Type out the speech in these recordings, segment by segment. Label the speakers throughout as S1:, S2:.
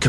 S1: Que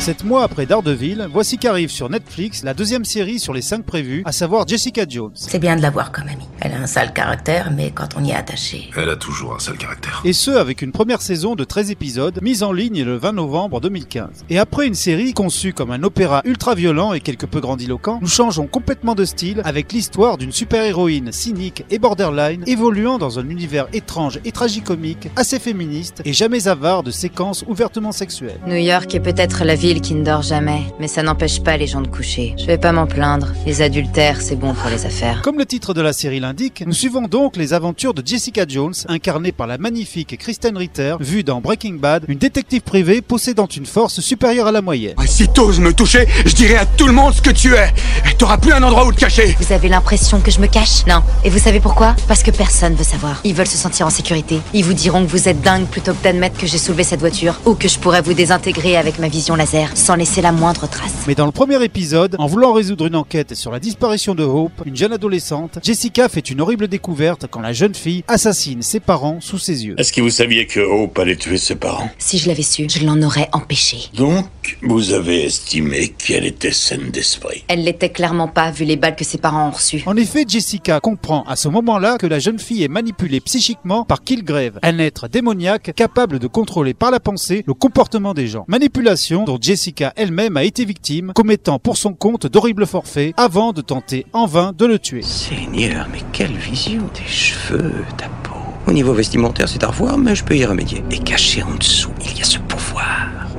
S2: Sept mois après Daredevil, voici qu'arrive sur Netflix la deuxième série sur les cinq prévues, à savoir Jessica Jones.
S3: C'est bien de l'avoir comme amie. Elle a un sale caractère, mais quand on y est attaché.
S4: Elle a toujours un sale caractère.
S2: Et ce, avec une première saison de 13 épisodes, mise en ligne le 20 novembre 2015. Et après une série conçue comme un opéra ultra-violent et quelque peu grandiloquent, nous changeons complètement de style avec l'histoire d'une super-héroïne cynique et borderline, évoluant dans un univers étrange et tragicomique, assez féministe et jamais avare de séquences ouvertement sexuelles.
S5: New York est peut-être la ville qui ne dort jamais, mais ça n'empêche pas les gens de coucher. Je vais pas m'en plaindre. Les adultères, c'est bon pour les affaires.
S2: Comme le titre de la série l'indique, nous suivons donc les aventures de Jessica Jones, incarnée par la magnifique Kristen Ritter, vue dans Breaking Bad, une détective privée possédant une force supérieure à la moyenne.
S6: Si t'oses me toucher, je dirai à tout le monde ce que tu es. Et t'auras plus un endroit où te cacher.
S5: Vous avez l'impression que je me cache Non. Et vous savez pourquoi Parce que personne veut savoir. Ils veulent se sentir en sécurité. Ils vous diront que vous êtes dingue plutôt que d'admettre que j'ai soulevé cette voiture ou que je pourrais vous désintégrer avec ma vision laser sans laisser la moindre trace.
S2: Mais dans le premier épisode, en voulant résoudre une enquête sur la disparition de Hope, une jeune adolescente, Jessica fait une horrible découverte quand la jeune fille assassine ses parents sous ses yeux.
S4: Est-ce que vous saviez que Hope allait tuer ses parents
S5: Si je l'avais su, je l'en aurais empêché.
S4: Donc, vous avez estimé qu'elle était saine d'esprit.
S5: Elle l'était clairement pas vu les balles que ses parents ont reçues.
S2: En effet, Jessica comprend à ce moment-là que la jeune fille est manipulée psychiquement par Kilgrave, un être démoniaque capable de contrôler par la pensée le comportement des gens. Manipulation dont Jessica elle-même a été victime, commettant pour son compte d'horribles forfaits avant de tenter en vain de le tuer.
S7: Seigneur, mais quelle vision Tes cheveux, ta peau. Au niveau vestimentaire, c'est à revoir, mais je peux y remédier. Et caché en dessous, il y a ce pouvoir.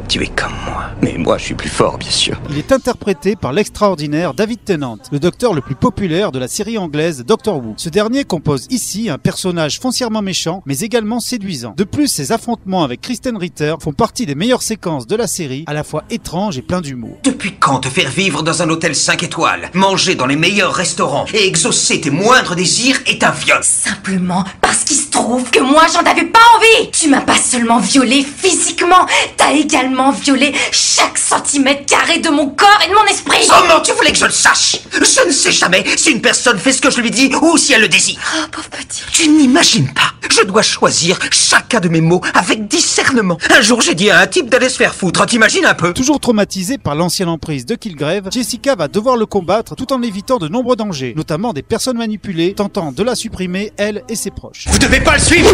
S7: Tu es comme moi. Mais moi, je suis plus fort, bien sûr.
S2: Il est interprété par l'extraordinaire David Tennant, le docteur le plus populaire de la série anglaise Doctor Who. Ce dernier compose ici un personnage foncièrement méchant, mais également séduisant. De plus, ses affrontements avec Kristen Ritter font partie des meilleures séquences de la série, à la fois étranges et plein d'humour.
S8: Depuis quand te faire vivre dans un hôtel 5 étoiles, manger dans les meilleurs restaurants et exaucer tes moindres désirs est un viol
S9: Simplement parce qu'il se trouve que moi j'en avais pas envie Tu m'as pas seulement violée physiquement, t'as également violé chaque centimètre carré de mon corps et de mon esprit
S8: Comment tu voulais que je le sache Je ne sais jamais si une personne fait ce que je lui dis ou si elle le désire.
S9: Oh pauvre petit
S8: Tu n'imagines pas Je dois choisir chacun de mes mots avec discernement. Un jour j'ai dit à un type d'aller se faire foutre, t'imagines un peu
S2: Toujours traumatisée par l'ancienne emprise de Kilgrave, Jessica va devoir le combattre tout en évitant de nombreux dangers, notamment des personnes manipulées tentant de la supprimer, elle et ses proches.
S8: Vous devez pas le suivre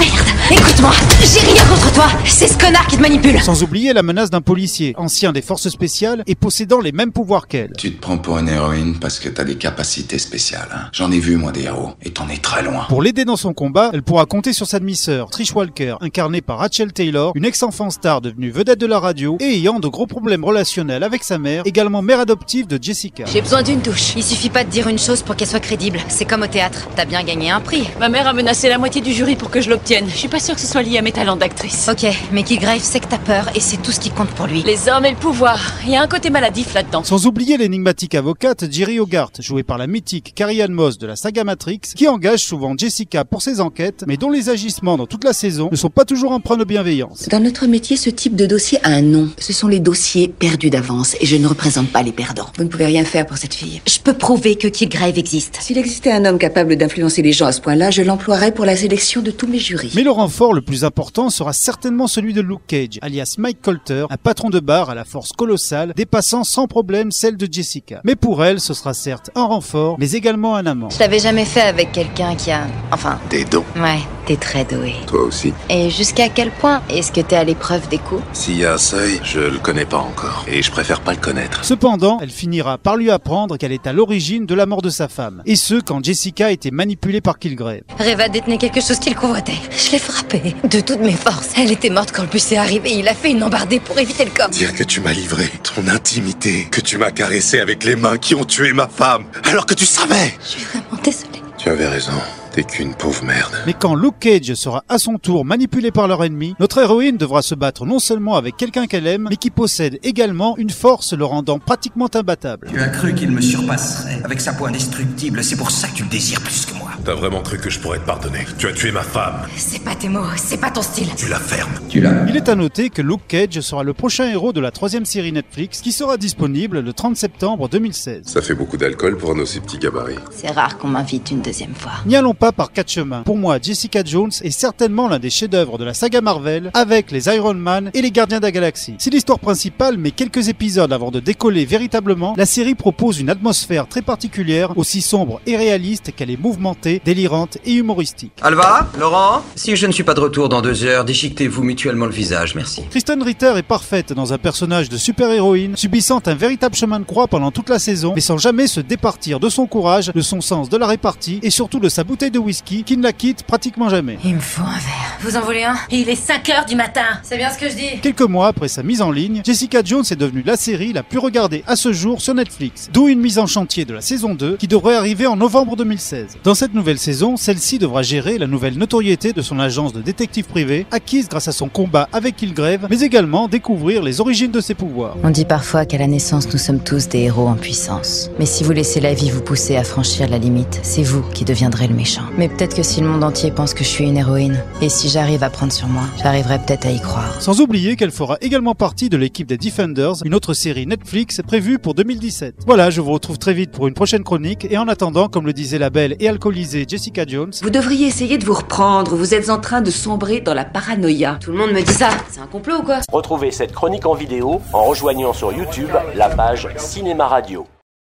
S9: Merde Écoute-moi J'ai rien contre toi C'est ce connard qui te manipule
S2: Sans oublier la menace d'un policier, ancien des forces spéciales et possédant les mêmes pouvoirs qu'elle.
S10: Tu te prends pour une héroïne parce que t'as des capacités spéciales. hein. J'en ai vu, moi, des héros. Et t'en es très loin.
S2: Pour l'aider dans son combat, elle pourra compter sur sa demi-sœur, Trish Walker, incarnée par Rachel Taylor, une ex-enfant star devenue vedette de la radio et ayant de gros problèmes relationnels avec sa mère, également mère adoptive de Jessica.
S5: J'ai besoin d'une douche. Il suffit pas de dire une chose pour qu'elle soit crédible. C'est comme au théâtre. T'as bien gagné un prix.
S11: Ma mère a menacé la moitié du jury pour que je l'obtienne. Je suis pas sûre que ce soit lié à mes talents d'actrice.
S5: Ok, mais Kilgrave sait que t'as peur et c'est tout ce qui compte pour lui.
S11: Les hommes et le pouvoir. Il y a un côté maladif là-dedans.
S2: Sans oublier l'énigmatique avocate Jerry Hogarth, jouée par la mythique Carrie Ann Moss de la saga Matrix, qui engage souvent Jessica pour ses enquêtes, mais dont les agissements dans toute la saison ne sont pas toujours empreints de bienveillance.
S12: Dans notre métier, ce type de dossier a un nom. Ce sont les dossiers perdus d'avance et je ne représente pas les perdants. Vous ne pouvez rien faire pour cette fille.
S5: Je peux prouver que Kilgrave existe.
S12: S'il existait un homme capable d'influencer les gens à ce point-là, je l'emploierais pour la sélection de tous mes jurys.
S2: Mais le renfort le plus important sera certainement celui de Luke Cage, alias Mike Colter, un patron de bar à la force colossale, dépassant sans problème celle de Jessica. Mais pour elle, ce sera certes un renfort, mais également un amant.
S5: Je l'avais jamais fait avec quelqu'un qui a. Enfin,
S4: Des dons.
S5: ouais. T'es très doué.
S13: Toi aussi.
S5: Et jusqu'à quel point est-ce que t'es à l'épreuve des coups
S13: S'il y a un seuil, je le connais pas encore. Et je préfère pas le connaître.
S2: Cependant, elle finira par lui apprendre qu'elle est à l'origine de la mort de sa femme. Et ce, quand Jessica était manipulée par Kilgrave.
S5: Reva détenait quelque chose qu'il convoitait. Je l'ai frappée de toutes mes forces. Elle était morte quand le bus est arrivé. Il a fait une embardée pour éviter le corps.
S13: Dire que tu m'as livré ton intimité, que tu m'as caressé avec les mains qui ont tué ma femme, alors que tu savais
S5: Je suis vraiment désolée.
S13: Tu avais raison. T'es qu'une pauvre merde.
S2: Mais quand Luke Cage sera à son tour manipulé par leur ennemi, notre héroïne devra se battre non seulement avec quelqu'un qu'elle aime, mais qui possède également une force le rendant pratiquement imbattable.
S8: Tu as cru qu'il me surpasserait avec sa peau indestructible, c'est pour ça que tu le désires plus que moi.
S13: T'as vraiment cru que je pourrais te pardonner Tu as tué ma femme.
S9: C'est pas tes mots, c'est pas ton style.
S13: Tu la fermes.
S2: Il est à noter que Luke Cage sera le prochain héros de la troisième série Netflix qui sera disponible le 30 septembre 2016.
S13: Ça fait beaucoup d'alcool pour un aussi petit gabarit.
S5: C'est rare qu'on m'invite une deuxième fois.
S2: N'y allons pas par quatre chemins. Pour moi, Jessica Jones est certainement l'un des chefs-d'œuvre de la saga Marvel avec les Iron Man et les Gardiens de la Galaxie. C'est l'histoire principale, mais quelques épisodes avant de décoller véritablement, la série propose une atmosphère très particulière, aussi sombre et réaliste qu'elle est mouvementée, délirante et humoristique.
S8: Alva Laurent
S7: Si je ne suis pas de retour dans deux heures, déchiquetez-vous mutuellement le visage, merci.
S2: Kristen Ritter est parfaite dans un personnage de super-héroïne, subissant un véritable chemin de croix pendant toute la saison, mais sans jamais se départir de son courage, de son sens de la répartie et surtout de sa bouteille de whisky qui ne la quitte pratiquement jamais.
S5: Il me faut un verre.
S9: Vous en voulez un Il est 5 heures du matin. C'est bien ce que je dis.
S2: Quelques mois après sa mise en ligne, Jessica Jones est devenue la série la plus regardée à ce jour sur Netflix, d'où une mise en chantier de la saison 2 qui devrait arriver en novembre 2016. Dans cette nouvelle saison, celle-ci devra gérer la nouvelle notoriété de son agence de détective privé, acquise grâce à son combat avec Kilgrave, mais également découvrir les origines de ses pouvoirs.
S5: On dit parfois qu'à la naissance, nous sommes tous des héros en puissance. Mais si vous laissez la vie vous pousser à franchir la limite, c'est vous qui deviendrez le méchant. Mais peut-être que si le monde entier pense que je suis une héroïne, et si j'arrive à prendre sur moi, j'arriverai peut-être à y croire.
S2: Sans oublier qu'elle fera également partie de l'équipe des Defenders, une autre série Netflix prévue pour 2017. Voilà, je vous retrouve très vite pour une prochaine chronique, et en attendant, comme le disait la belle et alcoolisée Jessica Jones,
S12: Vous devriez essayer de vous reprendre. Vous êtes en train de sombrer dans la paranoïa. Tout le monde me dit ça. C'est un complot ou quoi
S14: Retrouvez cette chronique en vidéo en rejoignant sur YouTube la page Cinéma Radio.